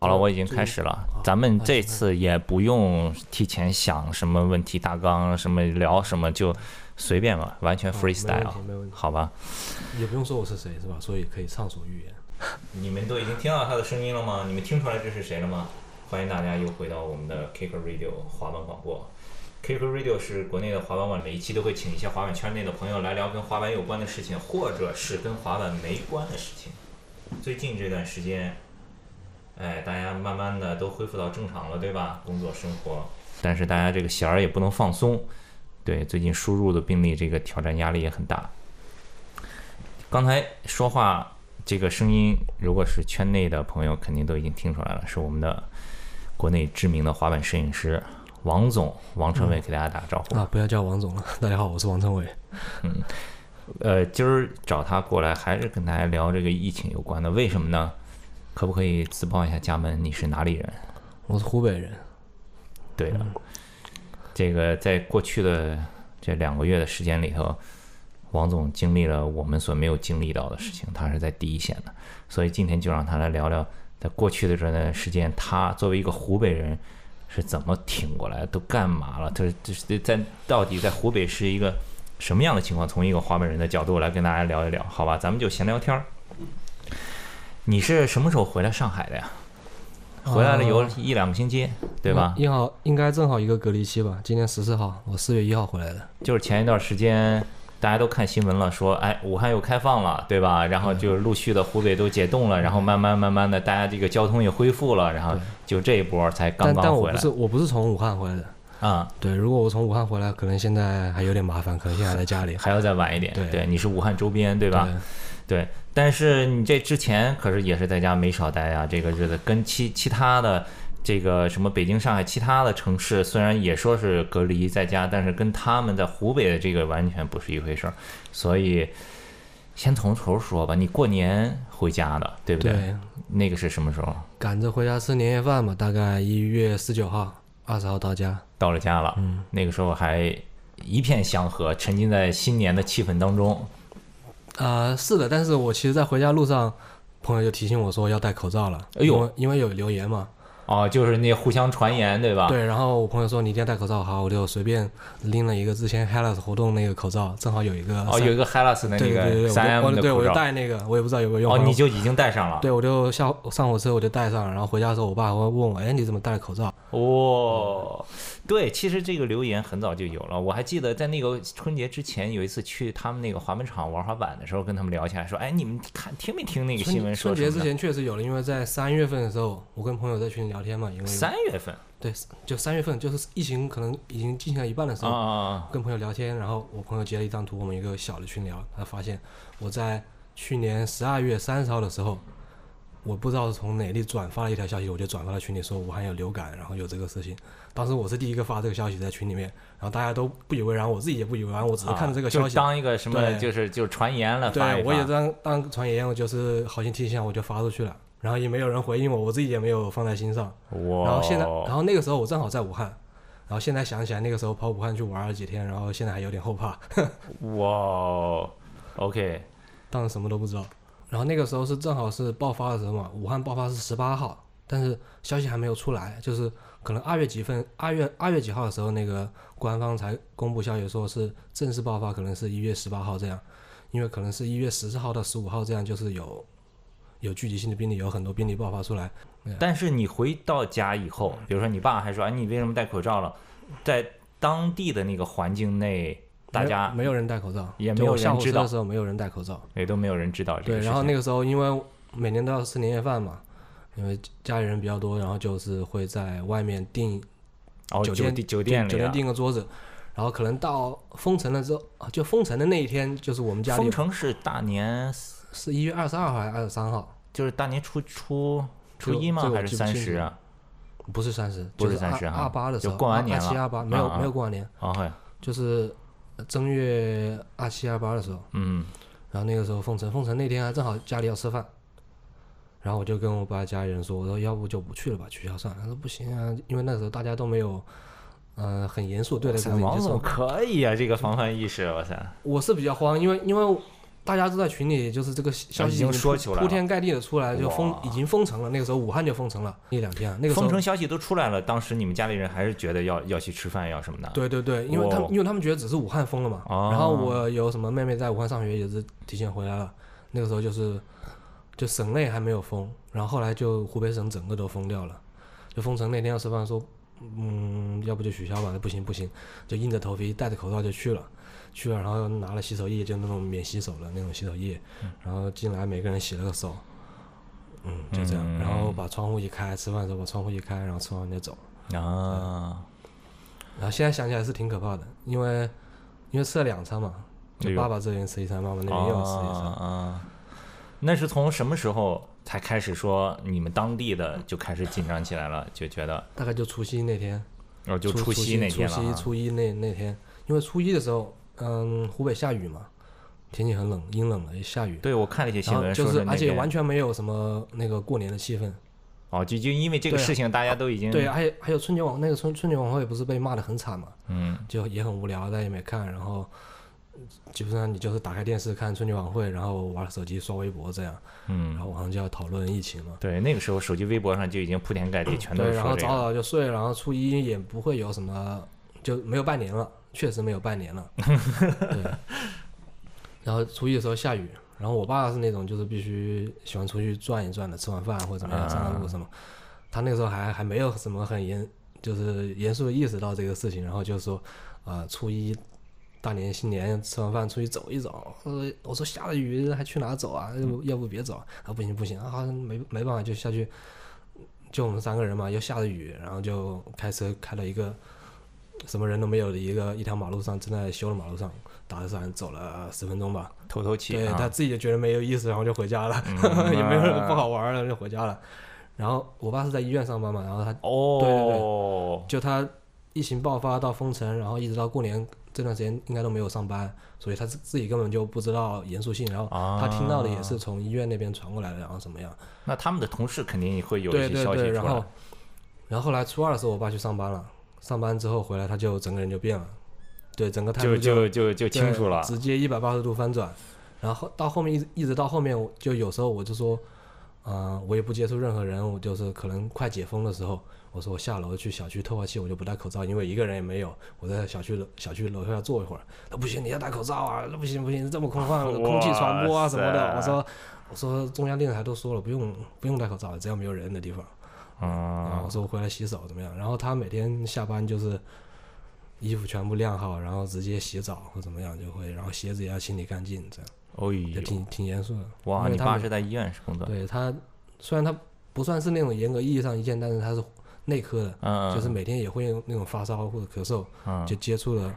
好哦了，我已经开始了。咱们这次也不用提前想什么问题大纲，什么聊什么，就随便吧，完全啊 freestyle，、没问题没问题好吧？也不用说我是谁是吧？所以可以畅所欲言。你们都已经听到他的声音了吗？你们听出来这是谁了吗？欢迎大家又回到我们的 Kicker Radio 滑板广播。Kicker Radio 是国内的滑板网，每一期都会请一些滑板圈内的朋友来聊跟滑板有关的事情，或者是跟滑板没关的事情。最近这段时间，哎，大家慢慢的都恢复到正常了，对吧？工作生活，但是大家这个弦儿也不能放松。对，最近输入的病例这个挑战压力也很大。刚才说话这个声音，如果是圈内的朋友，肯定都已经听出来了，是我们的国内知名的滑板摄影师王总王晨伟给大家打个招呼。啊，不要叫王总了。 大家好，我是王成伟。呃，今儿找他过来，还是跟大家聊这个疫情有关的，为什么呢？可不可以自报一下家门？你是哪里人？我是湖北人。对的，这个在过去的这两个月的时间里头，王总经历了我们所没有经历到的事情，他是在第一线的，所以今天就让他来聊聊，在过去的这段时间，他作为一个湖北人是怎么挺过来，都干嘛了？他这是在到底在湖北是一个什么样的情况？从一个滑板人的角度来跟大家聊一聊，好吧？咱们就闲聊天儿。你是什么时候回来上海的呀？回来了有啊一两个星期，对吧？一号应该正好一个隔离期吧。今天十四号，我四月一号回来的。就是前一段时间大家都看新闻了，说哎，武汉又开放了，对吧？然后就陆续的湖北都解冻了，然后慢慢慢慢的，大家这个交通也恢复了，然后就这一波才刚但但刚我回不来是我不是从武汉回来的。啊、对，如果我从武汉回来，可能现在还有点麻烦，可能现在还在家 里。还要再晚一点。对你是武汉周边，对对吧？对，但是你这之前可是也是在家没少待啊，这个日子跟其其他的这个什么北京、上海其他的城市，虽然也说是隔离在家，但是跟他们在湖北的这个完全不是一回事儿。所以先从头说吧，你过年回家的，对不对？对，那个是什么时候？赶着回家吃年夜饭嘛，大概一月十九号、二十号到家。到了家了，嗯，那个时候还一片祥和，沉浸在新年的气氛当中。呃，是的，但是我其实在回家路上，朋友就提醒我说要戴口罩了。哎呦因为，因为有留言嘛。哦，就是那互相传言，对吧？对，然后我朋友说你一定要戴口罩，好，我就随便拎了一个之前 Hellas 活动那个口罩，正好有一个哦，三有一个 Hellas 的对那对对个对，三我 M 就的对我口就罩。戴那个，我也不知道有没有用。哦，反你正就已经戴上了。对我就下上火车我就戴上，然后回家的时候，我爸会问我，哎，你怎么戴了口罩？哦，对，其实这个留言很早就有了。我还记得在那个春节之前，有一次去他们那个滑板场玩滑板的时候，跟他们聊起来，说：“哎，你们看听没听那个新闻春说春什节么之的？前确实有了，因为在三月份的时候，我跟朋友在群里聊天嘛，因为三月份对，就三月份就是疫情可能已经进行到一半的时啊候，啊啊！跟朋友聊天，然后我朋友截了一张图，我们一个小的群聊，他发现我在去年十二月三十号的时候，我不知道从哪里转发了一条消息，我就转发到群里说武汉有流感，然后有这个事情。当时我是第一个发这个消息在群里面，然后大家都不以为然，我自己也不以为然，我只是啊看着这个就消息，当一个什么对就是就是传言了，发一对我也发当当传言，我就是好心提醒一下，我就发出去了，然后也没有人回应我，我自己也没有放在心上。哇，哦然后现在，然后那个时候我正好在武汉，然后现在想起来那个时候跑武汉去玩了几天，然后现在还有点后怕，哇，OK，当时什么都不知道。然后那个时候是正好是爆发的时候嘛，武汉爆发是十八号，但是消息还没有出来，就是可能二月几份，二月二月几号的时候，那个官方才公布消息说是正式爆发，可能是一月十八号这样，因为可能是一月十四号到十五号这样，就是有有聚集性的病例，有很多病例爆发出来。但是你回到家以后，比如说你爸还说：“哎，你为什么戴口罩了？”在当地的那个环境内，大没有家没有人戴口罩，也就没有我下人火知车道的时候没有人戴口罩。也都没有人知道这对，个事然后情。那个时候因为每年都要吃年夜饭嘛，因为家里人比较多，然后就是会在外面订哦，酒店店酒订店里酒啊店订个桌子，然后可能到封城了之后，啊就封城的那一天，就是我们家封里城是大年，是一月二十二号还是二十三号？就是大年初初初这一这吗？我还是记不三清十啊？不是三十，不是就是30哈二八的时候，就过完年二七了二八没有啊啊没有过完年，哦，嘿就是呃正月二七二八的时候，嗯，然后那个时候封城，封城那天啊还正好家里要吃饭，然后我就跟我爸家里人说，我说要不就不去了吧，取消算了。他说不行啊，因为那时候大家都没有，呃，很严肃地对待这个塞事情。王就是总可以啊，这个防范意识，哇塞，我是比较慌，因为因为大家都在群里，就是这个消啊息已经铺说起来了铺天盖地的出来，就封哇已经封城了。那个时候武汉就封城了一两天啊，那个时候封城消息都出来了，当时你们家里人还是觉得要要去吃饭要什么的。，对对对，因为他哇们因为他们觉得只是武汉封了嘛，哦然后我有什么妹妹在武汉上学也是提前回来了，那个时候就是就省内还没有封，然后后来就湖北省整个都封掉了，就封城那天要吃饭说，嗯，要不就取消吧，不行不行，就硬着头皮戴着口罩就去了。去了，然后拿了洗手液，就那种免洗手的那种洗手液，嗯然后进来每个人洗了个手，嗯，就这样，嗯然后把窗户一开，吃饭的时候把窗户一开，然后吃完就走。啊，然后现在想起来是挺可怕的，因为因为吃了两餐嘛，哎就呦爸爸这边吃一餐，妈妈那边又吃一餐。啊啊那是从什么时候才开始说你们当地的就开始紧张起来了，就觉得大概就除夕那天，哦，就除夕那天了除夕啊。初一那那天，因为初一的时候，嗯，湖北下雨嘛，天气很冷，阴冷了，也下雨。对，我看了一些新然后闻，就说是，那而且边完全没有什么那个过年的气氛。哦，就就因为这个对啊事情，大家都已经对，还有还有春节晚那个春春节晚会不是被骂的很惨嘛，嗯，就也很无聊，大家也没看，然后基本上你就是打开电视看春节晚会，然后玩手机刷微博这样，嗯然，后网上就要讨论疫情嘛。对，那个时候手机、微博上就已经铺天盖地，全都对，是然说后这早个。早就睡，然后初一也不会有什么，就没有半年了，确实没有半年了。对。然后初一的时候下雨，然后我爸是那种就是必须喜欢出去转一转的，吃完饭或者怎么样散散步什么。他那个时候还还没有什么很严，就是严肃的意识到这个事情，然后就说，啊，初一大年新年吃完饭出去走一走。呃，我说下了雨还去哪走啊？要不要不别走啊？啊，不行不行啊，没没办法就下去，就我们三个人嘛，又下着雨，然后就开车开到一个什么人都没有的一个一条马路上，正在修的马路上，打着伞走了十分钟吧。透透气对他啊，自己就觉得没有意思，然后就回家了，嗯 也没有不好玩了，就回家了。然后我爸是在医院上班嘛，然后他哦，就他疫情爆发到封城，然后一直到过年这段时间应该都没有上班，所以他自自己根本就不知道严肃性，然后啊他听到的也是从医院那边传过来的，然后怎么样？那他们的同事肯定会有一对些对消息对，出然后来。然后后来初二的时候，我爸去上班了，上班之后回来他就整个人就变了，对，整个态度就就就就清对楚了，直接一百八十度翻转。然后到后面一直一直到后面，我就有时候我就说，嗯、我也不接触任何人，我就是可能快解封的时候，我说我下楼去小区透下气，我就不戴口罩，因为一个人也没有，我在小区楼小区楼下坐一会儿。他不行，你要戴口罩啊！那不行不行，这么空旷，空气传播啊什么的。哇我塞说我说中央电视台都说了，不用不用戴口罩，只要没有人的地方。然后啊我，说我回来洗手怎么样？然后他每天下班就是衣服全部晾好，然后直接洗澡或怎么样就会，然后鞋子也要清理干净，这样哦就呦，挺挺严肃的。因哇，为你他爸们是在医院工作，对他虽然他不算是那种严格意义上一线，但是他是内科的，嗯，就是每天也会有那种发烧或者咳嗽，嗯就接触了，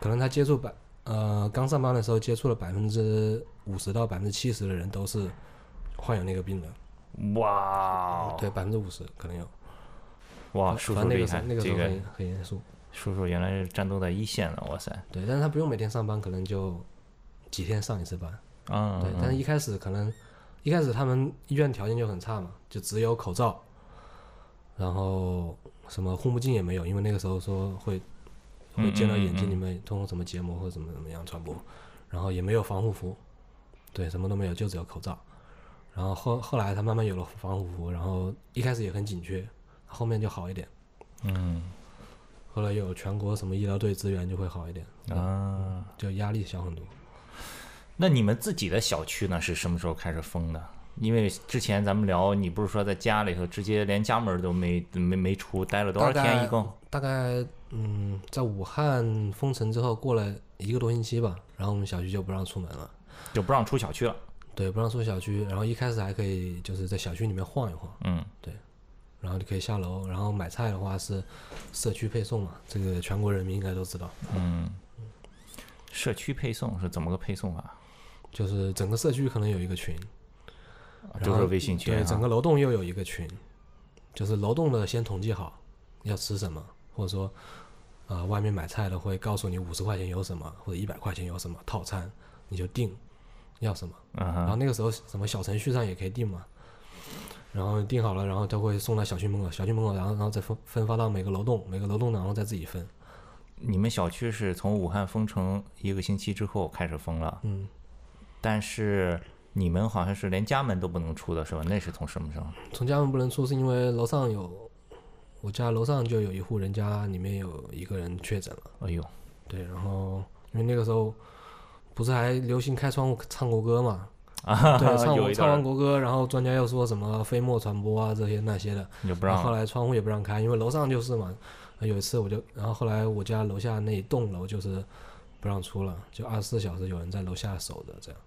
可能他接触百呃刚上班的时候接触了百分之五十到百分之七十的人都是患有那个病的，哇，对，百分之五十可能有。哦哇，叔反叔正那厉个时害候，那个时这候个很很严肃。叔叔原来是战斗在一线的，哇塞，对，但是他不用每天上班，可能就几天上一次班。嗯，对，但是一开始可能一开始他们医院条件就很差嘛，就只有口罩，然后什么护目镜也没有，因为那个时候说会会溅到嗯眼睛里面，通过什么结膜或怎么怎么样传播，然后也没有防护服，对，什么都没有，就只有口罩。然后后后来他慢慢有了防护服，然后一开始也很紧缺，后面就好一点。嗯后来又有全国什么医疗队资源就会好一点，啊，就压力小很多。那你们自己的小区呢是什么时候开始封的？因为之前咱们聊，你不是说在家里头直接连家门都没没没出，待了多少大概天一共？大概嗯，在武汉封城之后过了一个多星期吧，然后我们小区就不让出门了，就不让出小区了。对，不让出小区。然后一开始还可以就是在小区里面晃一晃，嗯，然后就可以下楼。然后买菜的话是社区配送嘛，这个全国人民应该都知道，社区配送是怎么个配送法？就是整个社区可能有一个群，然就后是微信群对，整啊。个楼栋又有一个群，就是楼栋的先统计好要吃什么，或者说，啊、外面买菜的会告诉你五十块钱有什么，或者一百块钱有什么套餐，你就定要什么。嗯然后哼，那个时候什么小程序上也可以定嘛，然后定好了，然后他会送到小区门口，小区门口，然后然后再分分发到每个楼栋，每个楼栋然后再自己分。你们小区是从武汉封城一个星期之后开始封了，嗯，但是你们好像是连家门都不能出的是吧？那是从什么时候？从家门不能出，是因为楼上有我家楼上就有一户人家，里面有一个人确诊了。哎呦，对，然后因为那个时候不是还流行开窗户唱国歌嘛？啊， 对，唱有国一唱段完儿国歌，然后专家又说什么飞沫传播啊这些那些的，你就不然让后了后来窗户也不让开，因为楼上就是嘛。呃有一次我就，然后后来我家楼下那一栋楼就是不让出了，就二十四小时有人在楼下守着，这样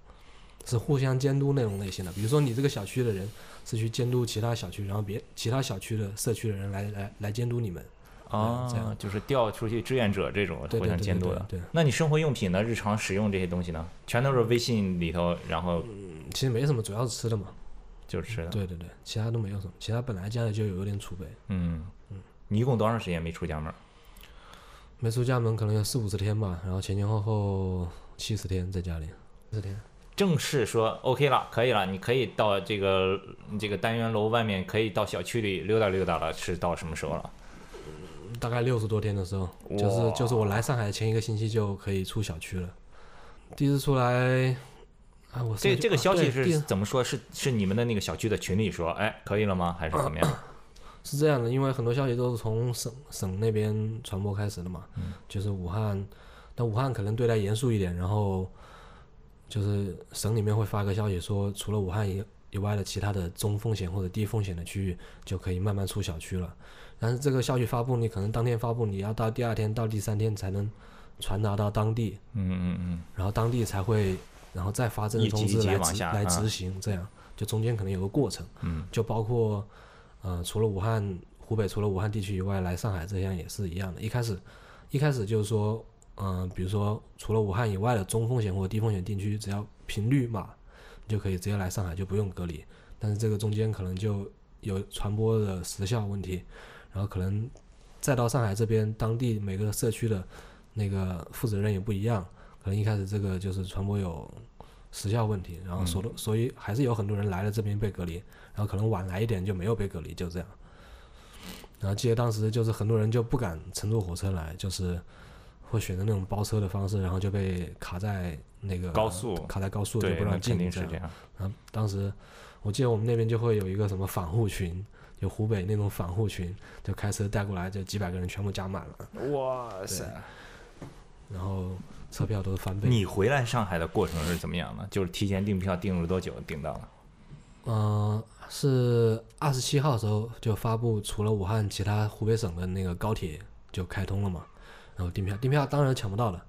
是互相监督那种类型的。比如说你这个小区的人是去监督其他小区，然后别其他小区的社区的人来来来监督你们，嗯这啊样，就是调出去志愿者这种对互对相对监对督对的。对，那你生活用品呢？日常使用这些东西呢，全都是微信里头，然后嗯其实没什么，主要是吃的嘛。就吃的。对对对，其他都没有什么，其他本来家里就有点储备，嗯，你一共多长时间没出家门儿？没出家门可能有四五十天吧，然后前前后后七十天在家里，四十天。正式说 OK 了，可以了，你可以到这个这个单元楼外面，可以到小区里溜达溜达了，是到什么时候嗯了？大概六十多天的时候，就是就是我来上海前一个星期就可以出小区了。第一次出来，啊，我这上去这个啊消息对第是一怎么说？是是你们的那个小区的群里说，哎，可以了吗？还是怎么 样？是这样的，因为很多消息都是从省省那边传播开始的嘛，就是武汉，但武汉可能对待严肃一点，然后就是省里面会发个消息说，除了武汉以以外的其他的中风险或者低风险的区域就可以慢慢出小区了。但是这个消息发布，你可能当天发布，你要到第二天到第三天才能传达到当地，嗯嗯嗯然后当地才会，然后再发政治通一级一知级来往执下来啊执行，这样就中间可能有个过程，嗯，就包括呃，除了武汉、湖北，除了武汉地区以外，来上海这样也是一样的。一开始，一开始就是说，嗯、比如说除了武汉以外的中风险或低风险地区，只要频率码，你就可以直接来上海，就不用隔离。但是这个中间可能就有传播的时效问题，然后可能再到上海这边，当地每个社区的那个负责人也不一样，可能一开始这个就是传播有时效问题，嗯然后所、所以还是有很多人来了这边被隔离，然后可能晚来一点就没有被隔离，就这样。然后记得当时就是很多人就不敢乘坐火车来，就是会选择那种包车的方式，然后就被卡在那个高速卡在高速就对，不那让肯进，定是样这。样。然后啊当时我记得我们那边就会有一个什么反护群，有湖北那种反护群，就开车带过来，就几百个人全部加满了，哇塞！然后车票都是翻倍。你回来上海的过程是怎么样的？就是提前订票订了多久？订到了？嗯、是二十七号的时候就发布，除了武汉，其他湖北省的那个高铁就开通了嘛。然后订票，订票当然抢不到了。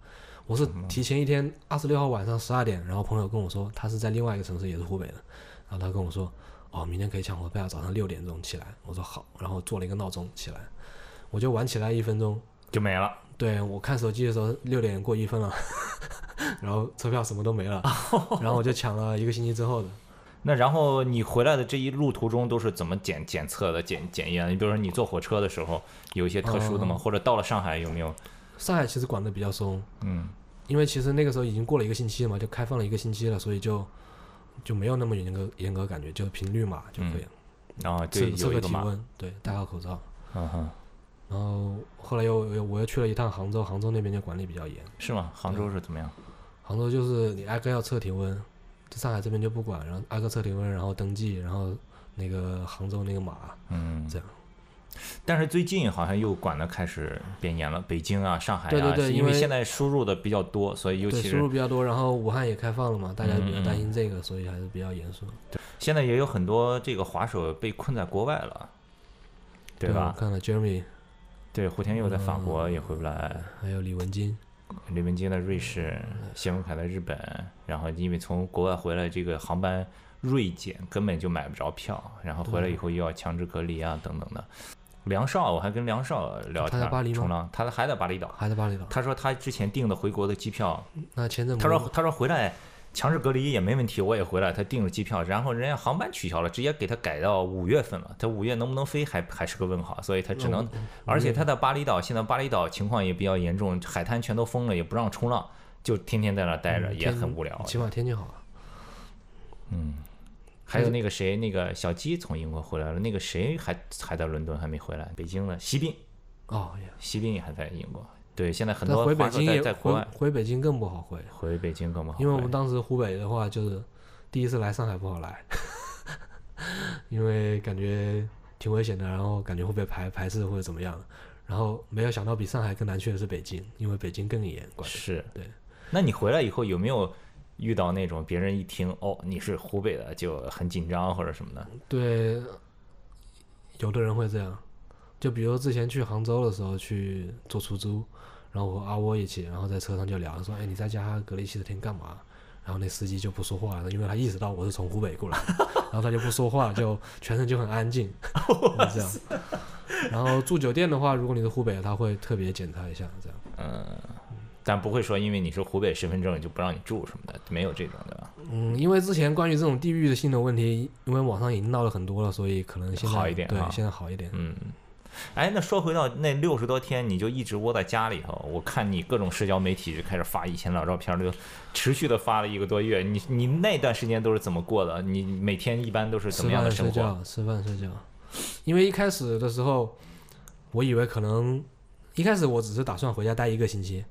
我是提前一天，二十六号晚上十二点，然后朋友跟我说他是在另外一个城市，也是湖北的，然后他跟我说，哦，明天可以抢火票，早上六点钟起来。我说好，然后做了一个闹钟起来，我就玩起来一分钟，就没了。对我看手机的时候，六点过一分了， 然后车票什么都没了，然后我就抢了一个星期之后的。那然后你回来的这一路途中都是怎么检检测的、检检验的？你比如说你坐火车的时候有一些特殊的哦吗？或者到了上海有没有？上海其实管得比较松，嗯，因为其实那个时候已经过了一个星期了嘛，就开放了一个星期了，所以就就没有那么严格严格感觉，就频率嘛就可以了。然后就测测嗯有一个个体码，温，对，戴好口罩。嗯哼，然后后来又又我又去了一趟杭州，杭州那边就管理比较严，是吗？杭州是怎么样？杭州就是你挨个要测体温，就上海这边就不管，然后挨个测体温，然后登记，然后那个杭州那个码，嗯，这样。但是最近好像又管的开始变严了，北京啊、上海啊，对对对是因因为现在输入的比较多，所以尤对，其输是入比较多，然后武汉也开放了嘛，大家比嗯嗯较担心这个，所以还是比较严肃，现在也有很多这个滑手被困在国外了，对我吧？看了 Jeremy，呃对，胡天佑在法国嗯也回不来。还有李文金，李文金在瑞士，谢文凯在日本，然后因为从国外回来，这个航班锐减，根本就买不着票，然后回来以后又要强制隔离啊，等等的。梁少，我还跟梁少聊他天，在巴黎吗冲浪，他还在巴厘岛。还在巴厘岛。他说他之前订的回国的机票，那签证不他说他说回来强制隔离也没问题，我也回来，他订了机票，然后人家航班取消了，直接给他改到五月份了。他五月能不能飞还还是个问号，所以他只哦能而嗯且他在巴厘岛，现在巴厘岛情况也比较严重，海滩全都封了，也不让冲浪，就天天在那儿待着，嗯也很天无聊。起码天气好啊。还有那个谁，那个小鸡从英国回来了，那个谁还还在伦敦还没回来，北京的席斌，哦，也席斌也还在英国，对，现在很但多回北滑手京在也在国回外，哦回北京更不好回，回北京更不好回，因为我们当时湖北的话就是第一次来上海不好来， 因为感觉挺危险的，然后感觉会被排排斥或者怎么样。然后没有想到比上海更难去的是北京，因为北京更严管得。是对。那你回来以后有没有遇到那种别人一听哦你是湖北的就很紧张或者什么的？对，有的人会这样，就比如之前去杭州的时候去坐出租，然后我和阿窝一起，然后在车上就聊说，哎，你在家隔离七十天干嘛？然后那司机就不说话了，因为他意识到我是从湖 北过来的，然后他就不说话，就全程就很安静，就这样。然后住酒店的话，如果你是湖北的，他会特别检查一下，这样但不会说因为你是湖北身份证就不让你住什么的，没有这种对吧？嗯，因为之前关于这种地域性的问题，因为网上已经闹了很多了，所以可能现在好一点对，哈现在好一点。嗯，哎，那说回到那六十多天，你就一直窝在家里头，我看你各种社交媒体就开始发以前老照片，就持续的发了一个多月。你你那段时间都是怎么过的？你每天一般都是怎吃么样饭的生睡活？觉，吃饭睡觉。因为一开始的时候，我以为可能一开始我只是打算回家待一个星期，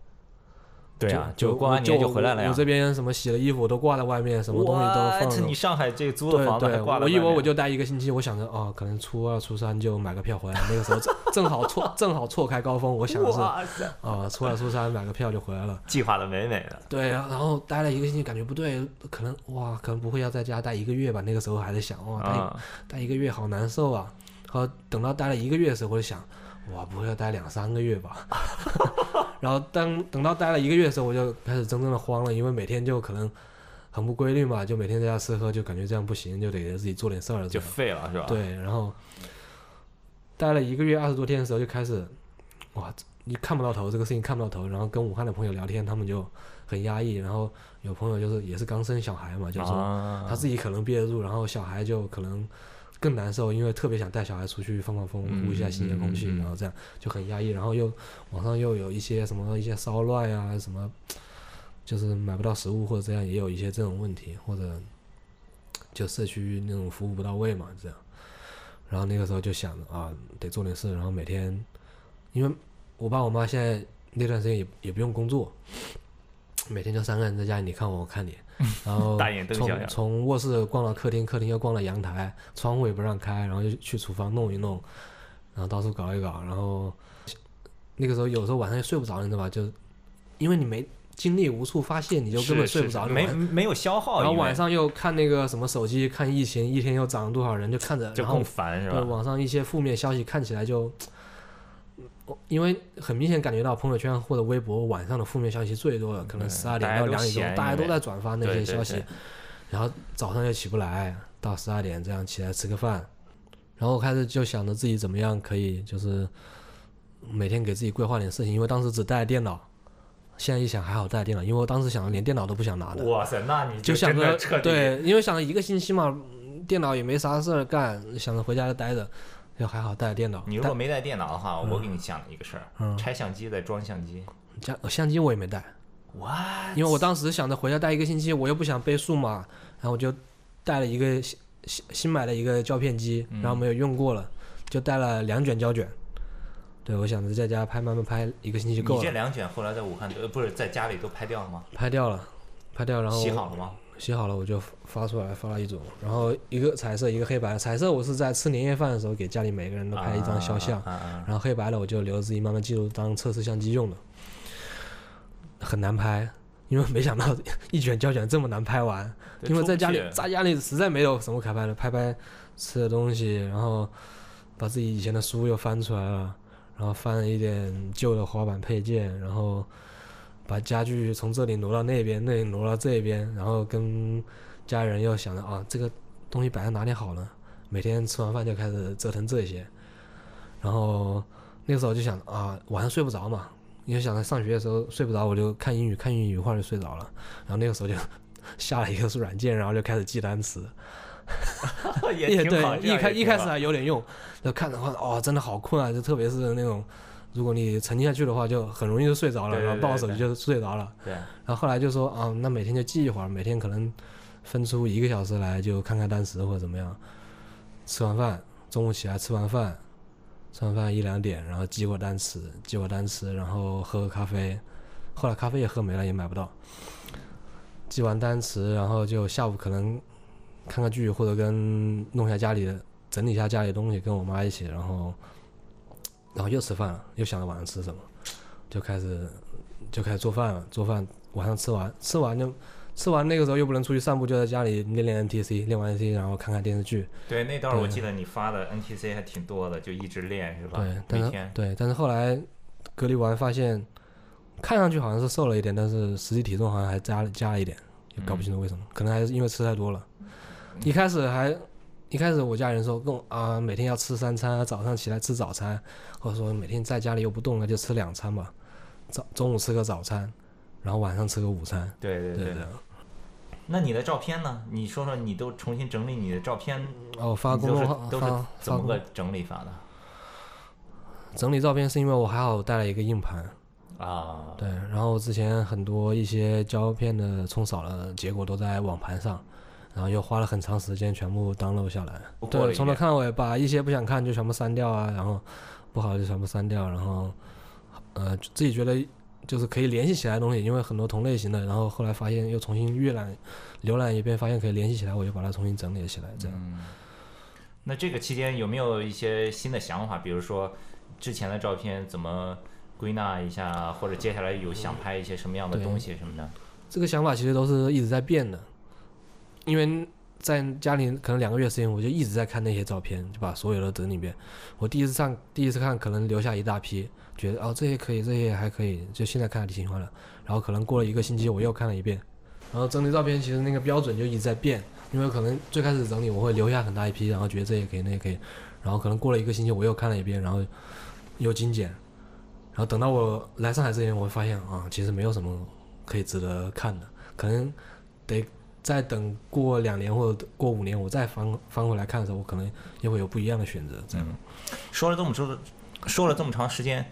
对啊，就过完我年就就回来了我。呀我。这边什么洗了衣服都挂在外面，什么东西都放这着你。上海这租的对房子还对，挂了我以为外面我就待一个星期，我想着哦，可能初二、初三就买个票回来。那个时候正 正好错正好错开高峰，我想的是啊、哇塞，初二、初三买个票就回来了。计划的美美的。对，然后然后待了一个星期，感觉不对，可能哇，可能不会要在家待一个月吧？那个时候还在想哇，待一啊，待一个月好难受啊！然后等到待了一个月的时候，我就想，哇，不会要待两三个月吧？ 然后当等到待了一个月的时候，我就开始真正的慌了，因为每天就可能很不规律嘛，就每天在家吃喝，就感觉这样不行，就得给自己做点事儿了。就这样废了是吧？，对，然后待了一个月二十多天的时候，就开始，哇，你看不到头，这个事情看不到头。然后跟武汉的朋友聊天，他们就很压抑。然后有朋友就是也是刚生小孩嘛，就是说啊，他自己可能憋得住，然后小孩就可能更难受，因为特别想带小孩出去放放风，嗯呼一下新鲜空气，嗯嗯嗯然后这样就很压抑，然后又网上又有一些什么一些骚乱呀、什么就是买不到食物或者这样，也有一些这种问题，或者就社区那种服务不到位嘛，这样。然后那个时候就想着啊，得做点事，然后每天，因为我爸我妈现在那段时间也也不用工作，每天就三个人在家里，你看我，我看 你，然后大眼瞪小从眼从卧室逛到客厅，客厅又逛到阳台，窗户也不让开，然后就去厨房弄一弄，然后到处搞一搞，然后那个时候有时候晚上也睡不着，你知道吧？就因为你没精力无处发泄，你就根本是睡不是着，是你没晚没有消耗，然后因为晚上又看那个什么手机，看疫情，一天又涨了多少人，就看着，就然后更烦是对吧？网上一些负面消息看起来就，我因为很明显感觉到朋友圈或者微博晚上的负面消息最多了，可能嗯十二大家点到都两点闲钟，大家因都为在转发那对些对消息对，然后早上又起不来，到十二点这样起来吃个饭，然后开始就想着自己怎么样可以就是每天给自己规划点事情，因为当时只带电脑，现在一想还好带电脑，因为我当时想着连电脑都不想拿的，哇塞，那你就想真的着彻底对，因为想着一个星期嘛，嗯电脑也没啥事儿干，想着回家就待着，就还好带着电脑。你如果没带电脑的话，我给你想一个事儿：嗯拆相机再装相机。但相相机我也没带，哇，因为我当时想着回家待一个星期，我又不想背数码，然后我就带了一个新新新买了一个胶片机，然嗯后没有用过了，就带了两卷胶卷。对，我想着在家拍，慢慢拍一个星期就你够这了，两卷后来在武汉呃不是在家里都拍掉了吗？拍掉了，拍掉，然后洗好了吗？洗好了我就发出来，发了一组，然后一个彩色，一个黑白。彩色我是在吃年夜饭的时候给家里每个人都拍一张肖像，啊啊啊啊然后黑白的我就留着自己慢慢记录当测试相机用的。很难拍，因为没想到 一卷胶卷这么难拍完，对 因为在家里出不去在家里实在没有什么可拍的，拍拍吃的东西，然后把自己以前的书又翻出来了，然后翻了一点旧的滑板配件，然后把家具从这里挪到那边，那里挪到这边，然后跟家人又想着啊，这个东西摆在哪里好呢？每天吃完饭就开始折腾这些，然后那时候就想啊，晚上睡不着嘛，因为想着上学的时候睡不着，我就看英语，看英语一会儿就睡着了，然后那个时候就下了一个软件，然后就开始记单词， 也挺好。这样对，一也开一挺开始好还有点用，就看的话，哦，真的好困啊！就特别是那种，如果你沉浸下去的话，就很容易就睡着了，对对然后抱着手对机就睡着了。对，然后后来就说啊，那每天就记一会儿，每天可能分出一个小时来就看看单词或者怎么样。吃完饭，中午起来吃完饭，吃完饭一两点，然后记过单词，记过单词，然后喝个咖啡，后来咖啡也喝没了，也买不到。记完单词，然后就下午可能看个剧，或者跟弄一下家里的，整理一下家里的东西，跟我妈一起，然后然后又吃饭了，又想着晚上吃什么，就开始就开始做饭了，做饭晚上吃完，吃完就吃完那个时候又不能出去散步，就在家里练练 NTC，练完 NTC 然后看看电视剧，对，那段儿我对记得你发的 NTC 还挺多的，就一直练是吧？对，但啊每是天。对，但是后来隔离完发现，看上去好像是瘦了一点，但是实际体重好像还加了加了一点，也搞不清楚为嗯什么，可能还是因为吃太多了。一开始还一开始我家人说跟我啊每天要吃三餐啊，早上起来吃早餐，或者说每天在家里又不动，那就吃两餐吧，早中午吃个早餐，然后晚上吃个午餐。对对对对。那你的照片呢？你说说，你都重新整理你的照片，哦，我发你公都众是号都发是怎发么公个整理法的整理照片，是因为我还好带了一个硬盘。啊？对，然后之前很多一些胶片的冲扫的结果都在网盘上，然后又花了很长时间全部 download 下来。不过对，了一从头遍看到尾，把一些不想看就全部删掉啊，然后不好就全部删掉，然后呃自己觉得就是可以联系起来的东西，因为很多同类型的，然后后来发现又重新阅览浏览一遍，发现可以联系起来，我就把它重新整理了起来，这样。嗯那这个期间有没有一些新的想法？比如说之前的照片怎么归纳一下，或者接下来有想拍一些什么样的对东西什么的？这个想法其实都是一直在变的，因为在家里可能两个月时间，我就一直在看那些照片，就把所有的整理一遍。我第一次上，第一次看可能留下一大批，觉得哦这些可以，这些还可以，就现在看的挺喜欢的。然后可能过了一个星期，我又看了一遍。然后整理照片，其实那个标准就一直在变，因为可能最开始整理我会留下很大一批，然后觉得这也可以，那也可以，然后可能过了一个星期，我又看了一遍，然后又精简。然后等到我来上海之前，我会发现啊，其实没有什么可以值得看的，可能得再等过两年或者过五年，我再翻翻回来看的时候，我可能又会有不一样的选择。这嗯样，说了这么说，说了这么长时间，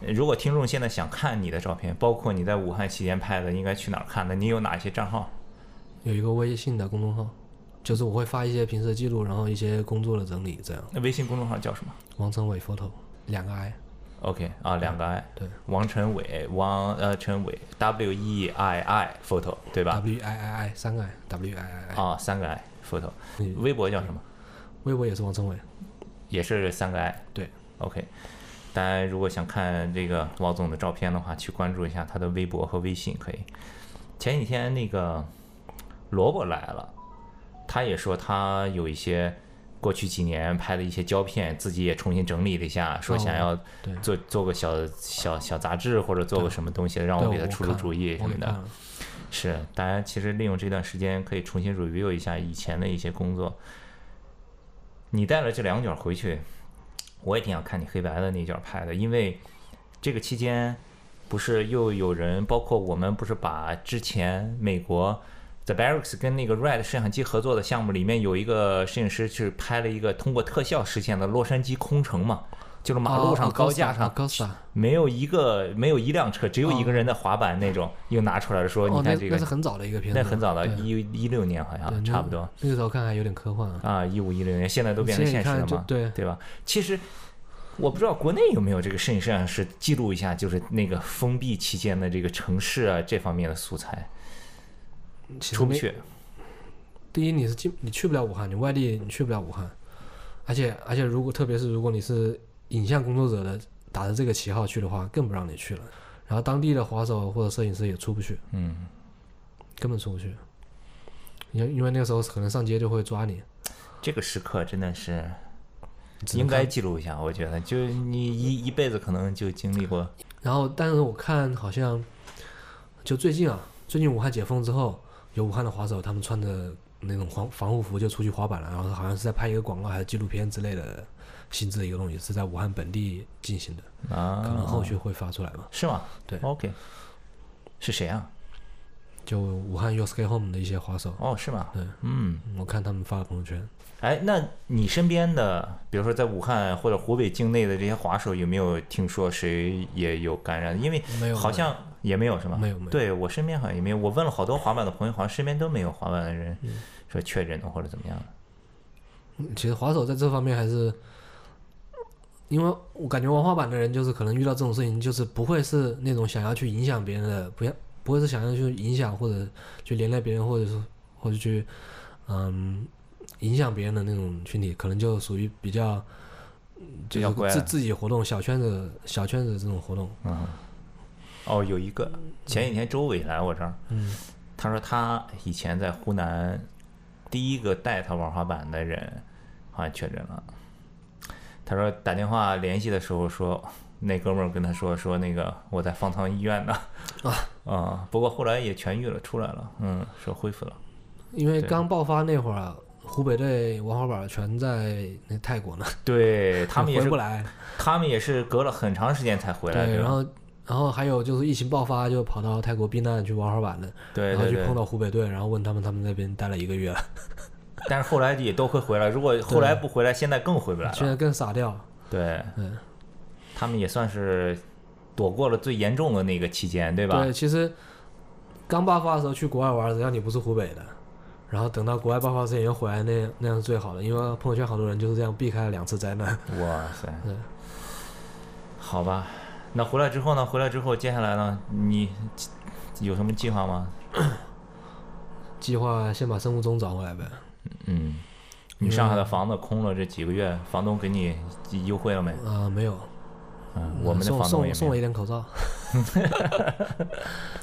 呃如果听众现在想看你的照片，包括你在武汉期间拍的，应该去哪儿看呢？你有哪些账号？有一个微信的公众号，就是我会发一些平时的记录，然后一些工作的整理，这样。那微信公众号叫什么王成伟 photo 两个 i， ？OK 啊，两个 I，对王晨伟，王呃陈伟，W E I I photo 对吧？ ，w i i i 三个 i w i i i。啊，三个 E I photo，嗯微博叫什么？微博也是王成伟，也是三个 I。对，OK。大家如果想看这个老总的照片的话，去关注一下他的微博和微信可以。前几天那个萝卜来了，他也说他有一些过去几年拍的一些胶片，自己也重新整理了一下，说想要对做做个小小小杂志或者做个什么东西，让哦对我给他我出出看主意什我么给的看。了，是，大家其实利用这段时间可以重新 review 一下以前的一些工作。你带了这两卷回去，我也挺想看你黑白的那卷拍的，因为这个期间不是又有人，包括我们不是把之前美国 The Barracks 跟那个 Red 摄像机合作的项目里面有一个摄影师去拍了一个通过特效实现的洛杉矶空城嘛，就是马路啊哦上高架上 c o s t a 没有一个没有一辆车，只有一个人在滑板那种，又拿出来了说，哦你，那看这那个是，很早的一个片子那了，很早的，对一一六年好对像那差不多那个时候看还有点科幻啊。啊，一五一六年，现在都变成现现实在你了看就嘛，对对吧？其实我不知道国内有没有这个摄影摄像师记录一下，就是那个封闭期间的这个城市啊这方面的素材，其实出不那去。第一，你是进你去不了武汉，你外地你去不了武汉，而且而且如果特别是如果你是影像工作者的打着这个旗号去的话，更不让你去了。然后当地的滑手或者摄影师也出不去，嗯，根本出不去，因为因为那个时候可能上街就会抓你。这个时刻真的是只能应看该记录一下，我觉得，就是你一一辈子可能就经历过，然后，但是我看好像就最近啊，最近武汉解封之后，有武汉的滑手，他们穿着那种防防护服就出去滑板了，然后好像是在拍一个广告还是纪录片之类的性质的一个东西，是在武汉本地进行的，啊，可能后续会发出来吧。是吗？对，OK，是谁啊？就武汉 Your Skate Home 的一些滑手，哦，是吗？对嗯，我看他们发了朋友圈，哎，那你身边的，比如说在武汉或者湖北境内的这些滑手，有没有听说谁也有感染？因为没有好像也没有，是吗？没有没有对我身边好像也没有，我问了好多滑板的朋友，好像身边都没有滑板的人嗯说确诊的或者怎么样的。嗯其实滑手在这方面还是因为我感觉文化版的人就是可能遇到这种事情，就是不会是那种想要去影响别人的，不要不会是想要去影响或者去连累别人，或者是或者去嗯影响别人的那种群体，可能就属于比较嗯就比较是乖自的自己活动小圈子小圈子这种活动，嗯，哦，有一个前几天周伟来我这儿，嗯他说他以前在湖南第一个带他玩滑板的人好像确诊了。他说打电话联系的时候说，那哥们儿跟他说说那个我在方舱医院呢，啊、不过后来也痊愈了，出来了，嗯，说恢复了。 因为对刚爆发那会儿啊，湖北队玩滑板全在那泰国呢，对他们也 回是不，来，他们也是隔了很长时间才回来，对，对然吧？后然后还有就是疫情爆发就跑到泰国避难去玩滑板的，对然后对去对碰。到湖北队，然后问他们，他们那边待了一个月了，但是后来也都会回来，如果后来不回来，现在更回不来现了。在更傻掉。对，嗯，他们也算是躲过了最严重的那个期间，对吧？对，呃其实刚爆发的时候去国外玩，只要你不是湖北的，然后等到国外爆发之前又回来那，那样是最好的，因为朋友圈好多人就是这样避开了两次灾难。哇塞对，嗯好吧，那回来之后呢？回来之后，接下来呢？你有什么计划吗？计划先把生物钟找回来呗。嗯，你上海的房子空了这几个月，房东给你优惠了没？啊、没有，嗯，我们的送房东也送送没有了一点 口罩，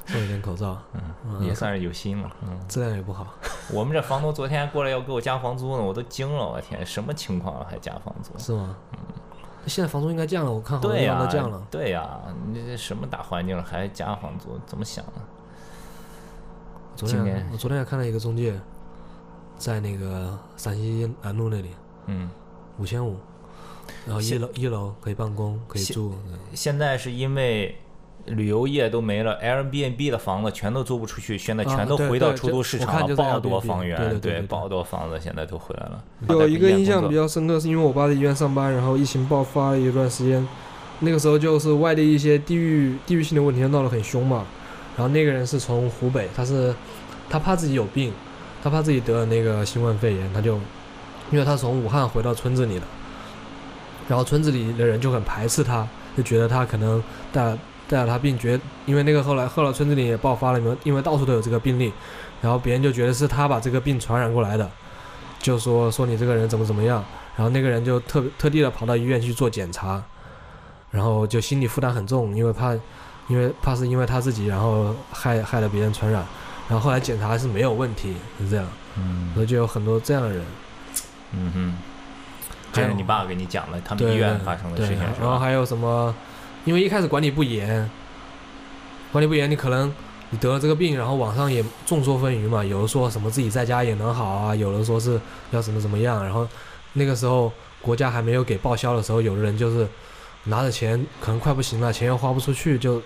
送了一点口罩，嗯，也算是有心了。嗯，质量也不好。我们这房东昨天过来要给我加房租呢，我都惊了，我天，什么情况啊还加房租？是吗？嗯现在房租应该降了，我看好多对啊地呀、方哦都降了。对呀、你这什么大环境了还加房租？怎么想啊的？昨今天年我昨天还看到一个中介，在那个陕西南路那里，嗯，五千五，然后一现楼一楼可以办公，可以现住。嗯现在是因为旅游业都没了，Airbnb 的房子全都租不出去，现在啊全都对回到对出就租市我场看了，就是爆多 Airbnb 房对源，对对对爆多房子现在都回来了。有一个印象比较，较深刻，是因为我爸在医院上班，然后疫情爆发了一段时间，那个时候就是外地一些地域地域性的问题闹得很凶嘛。然后那个人是从湖北，他是他怕自己有病，他怕自己得了那个新冠肺炎，他就因为他从武汉回到村子里了，然后村子里的人就很排斥他，就觉得他可能带了带了他病，觉因为那个后来后来村子里也爆发了，因为因为到处都有这个病例，然后别人就觉得是他把这个病传染过来的。就说说你这个人怎么怎么样，然后那个人就特特地的跑到医院去做检查，然后就心理负担很重，因为怕，因为怕是因为他自己，然后害害了别人传染，然后后来检查是没有问题，是这样，嗯所以就有很多这样的人，嗯哼，这是你爸给你讲了他们对医院发生的对，事情是然吧？后还有什么，因为一开始管理不严，管理不严，你可能你得了这个病，然后网上也众说纷纭嘛，有人说什么自己在家也能好啊，有人说是要怎么怎么样，然后那个时候国家还没有给报销的时候，有的人就是拿着钱可能快不行了，钱又花不出去，就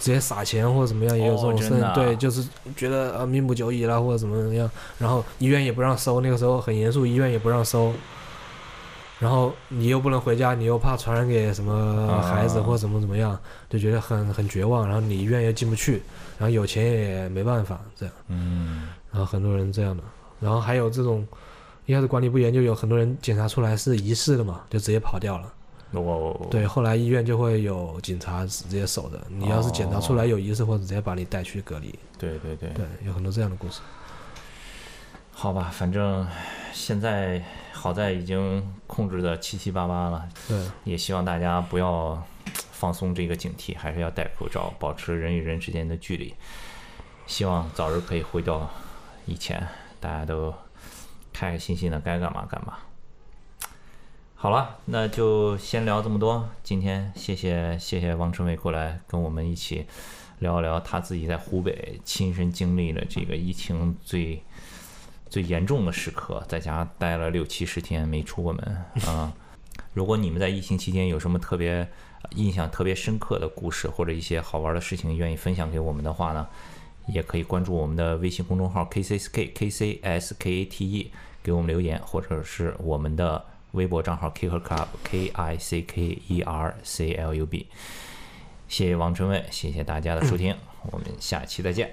直接撒钱或者怎么样，也有这哦种真事，的啊对，就是觉得啊命不久矣了或者怎么哦怎么样，然后医院也不让收，那个时候很严肃，医院也不让收。然后你又不能回家，你又怕传染给什么孩子啊或怎么怎么样，就觉得很很绝望。然后你医院又进不去，然后有钱也没办法，这样。嗯，然后很多人这样的，然后还有这种一开始管理不严，就有很多人检查出来是疑似的嘛，就直接跑掉了。我对，后来医院就会有警察直接守着，你要是检查出来有疑似，或者直接把你带去隔离。对对对，对，有很多这样的故事。好吧，反正现在好在已经控制的七七八八了，对，也希望大家不要放松这个警惕，还是要戴口罩，保持人与人之间的距离。希望早日可以回到以前，大家都开开心心的，该干嘛干嘛。好了，那就先聊这么多。今天谢谢谢谢王春伟过来跟我们一起聊一聊他自己在湖北亲身经历了这个疫情最最严重的时刻，在家待了六七十天没出过门啊。如果你们在疫情期间有什么特别呃印象特别深刻的故事，或者一些好玩的事情愿意分享给我们的话呢，也可以关注我们的微信公众号 KCSK KCSKATE 给我们留言，或者是我们的微博账号 Kicker Club K I C K E R C L U B。谢谢王春卫，谢谢大家的收听，我们下期再见。